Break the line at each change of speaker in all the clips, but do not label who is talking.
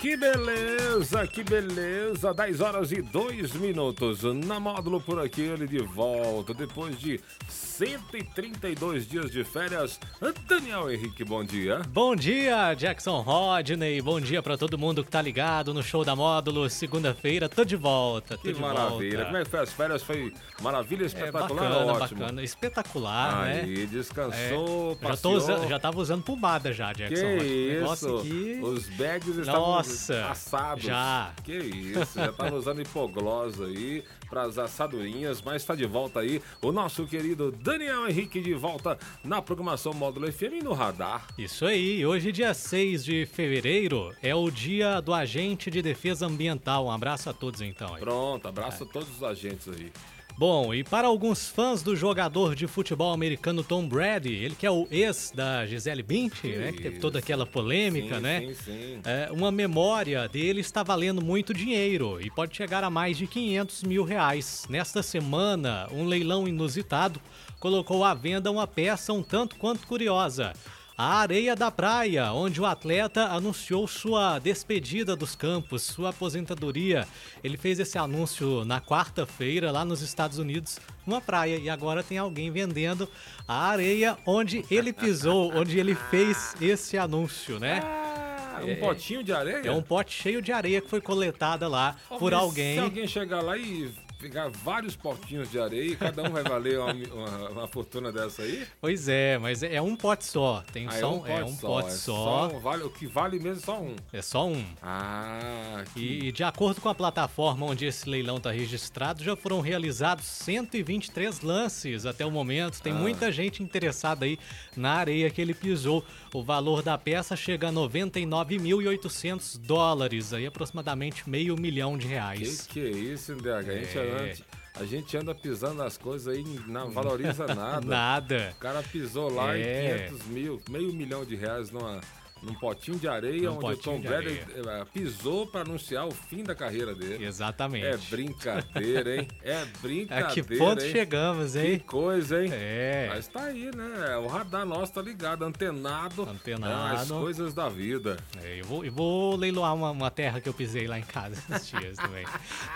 Que beleza, que beleza. 10 horas e 2 minutos. Na módulo por aqui, ele de volta. Depois de 132 dias de férias, Daniel Henrique, bom dia.
Bom dia, Jackson Rodney. Bom dia pra todo mundo que tá ligado no show da Módulo. Segunda-feira, tô de volta. Tô
Que
de
maravilha. Como
Volta.
é que foi as férias? Foi maravilha,
É
espetacular,
bacana,
ótimo.
bacana. Espetacular, né?
Aí,
É.
descansou,
já, tô
passeou.
usando, já tava usando pomada já,
Que
Jackson Rodney. Um
isso?
Negócio que...
Os bags estavam
Nossa,
assados.
já.
Que isso, já tá usando hipoglós aí pras assadurinhas, mas tá de volta aí o nosso querido Daniel Henrique de volta na programação Módulo FM e no radar.
Isso aí, hoje dia 6 de fevereiro é o dia do agente de defesa ambiental. Um abraço a todos então. aí.
Pronto, abraço a todos os agentes aí.
Bom, e para alguns fãs do jogador de futebol americano Tom Brady, ele que é o ex da Gisele Bündchen, né, que teve toda aquela polêmica,
Sim,
né?
sim, sim.
É, uma memória dele está valendo muito dinheiro e pode chegar a mais de 500 mil reais. Nesta semana, um leilão inusitado colocou à venda uma peça um tanto quanto curiosa. A Areia da Praia, onde o atleta anunciou sua despedida dos campos, sua aposentadoria. Ele fez esse anúncio na quarta-feira lá nos Estados Unidos, numa praia, e agora tem alguém vendendo a areia onde ele pisou, onde ele fez esse anúncio, né?
Ah, um potinho de areia?
É um pote cheio de areia que foi coletada lá
Ó,
por
mas
alguém.
Se alguém chegar lá e pegar vários potinhos de areia e cada um vai valer uma, uma- uma fortuna dessa aí,
Pois é, mas é um pote só. Tem
aí
só um, é um pote
é
só.
um vale, o que vale mesmo é só um.
É só um.
Ah, que
E de acordo com a plataforma onde esse leilão está registrado, já foram realizados 123 lances até o momento.
Ah.
Tem muita gente interessada aí na areia que ele pisou. O valor da peça chega a 99.800 dólares, aí aproximadamente meio milhão de reais.
que, que é isso, DH? A gente, anda, a gente anda pisando as coisas aí, não valoriza nada.
Nada.
O cara pisou lá
É.
em 500 mil, meio milhão de reais numa, num potinho de areia,
Num
onde o
potinho
Tom
de
Brady eh, pisou pra anunciar o fim da carreira dele.
Exatamente.
É brincadeira, hein? É
A
brincadeira.
que ponto
hein?
chegamos, hein?
Que coisa, hein?
É.
Mas tá aí, né? O radar nosso tá ligado, antenado. né?
Antenado.
As coisas da vida.
É, eu, vou, eu vou leiloar uma, uma terra que eu pisei lá em casa esses dias também.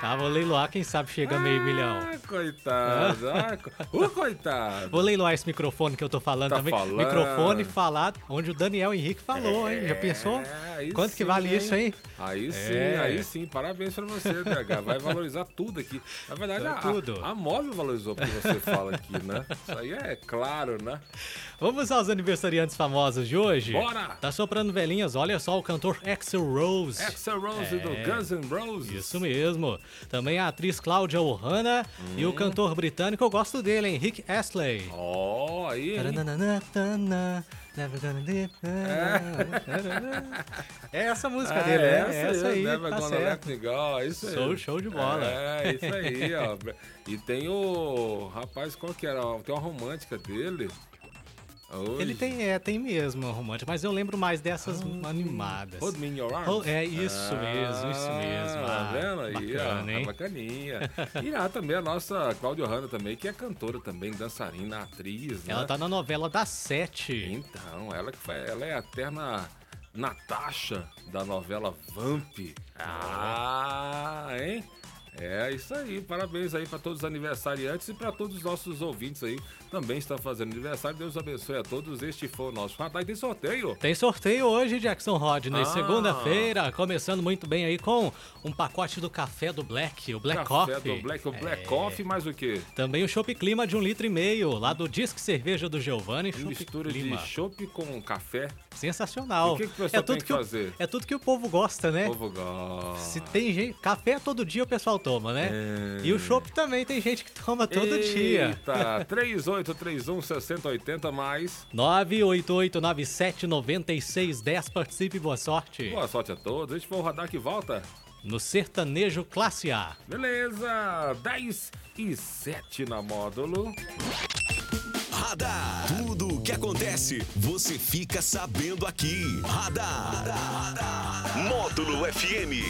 Tá, vou leiloar, quem sabe chega a meio milhão.
Ah, coitado. Ah, co- Ô, coitado.
Vou leiloar esse microfone que eu tô falando
Tá
também.
falando.
Microfone falado, onde o Daniel Henrique falou, hein? Já pensou?
É, aí
Quanto que
sim,
vale isso, hein?
Aí sim,
É.
aí sim. Parabéns pra você, TH. Vai valorizar tudo aqui. Na verdade,
Tá
a,
tudo.
a móvel valorizou o que você fala aqui, né? Isso aí é claro, né?
Vamos aos aniversariantes famosos de hoje?
Bora!
Tá soprando velhinhas, olha só o cantor Axel Rose.
Axel Rose do Guns N' Roses.
É. Isso mesmo. Também a atriz Cláudia Ohana e
Hum.
o cantor britânico, eu gosto dele, hein? Rick Astley.
Ó, aí. hein?
Tarananana, never gonna live. É essa música
Ah,
dele,
é
né?
essa, aí, Never
tá
Gonna
certo.
Let Me Go, é isso aí.
Show- show de bola.
É, isso aí, ó. E tem o rapaz, qual que era? Tem uma romântica dele. Hoje.
Ele tem, é, tem mesmo romântico, mas eu lembro mais dessas animadas.
Hold Ah, Me In Your Arms. Ah,
Hold- é, isso mesmo, isso mesmo.
Tá
Ah,
vendo aí? ó,
bacana,
tá
hein?
bacaninha. E há também a nossa Cláudia Hanna também, que é cantora também, dançarina, atriz, né?
Ela tá na novela das sete.
Então, ela que foi, ela é a eterna Natasha da novela Vamp. Ah, hein? É isso aí, parabéns aí para todos os aniversariantes e para todos os nossos ouvintes aí também estão fazendo aniversário. Deus abençoe a todos. Este foi o nosso radar e tem sorteio.
Tem sorteio hoje, Jackson Rodney.
Ah.
Segunda-feira, começando muito bem aí com um pacote do café do Black, o Black
Café
Coffee.
do Black, o Black
É.
Coffee, mais o quê?
Também o Chopp Clima de um litro e meio, lá do Disque Cerveja do Giovanni. Chopp
Mistura
Clima.
de chopp com café. E
Sensacional.
o que que o pessoal
é tudo
tem que
o-
fazer?
é tudo que o povo gosta, né?
O povo gosta.
Se tem gente. Café todo dia o pessoal toma, né? E o chopp também tem gente que toma todo dia.
É. Eita, 3831 6080 mais.
988979610, participe, boa sorte.
Boa sorte a todos. Este foi o radar que volta.
No sertanejo classe A.
Beleza, 10 e 7 na módulo.
Radar. Tudo o que acontece, você fica sabendo aqui. Radar. Módulo FM.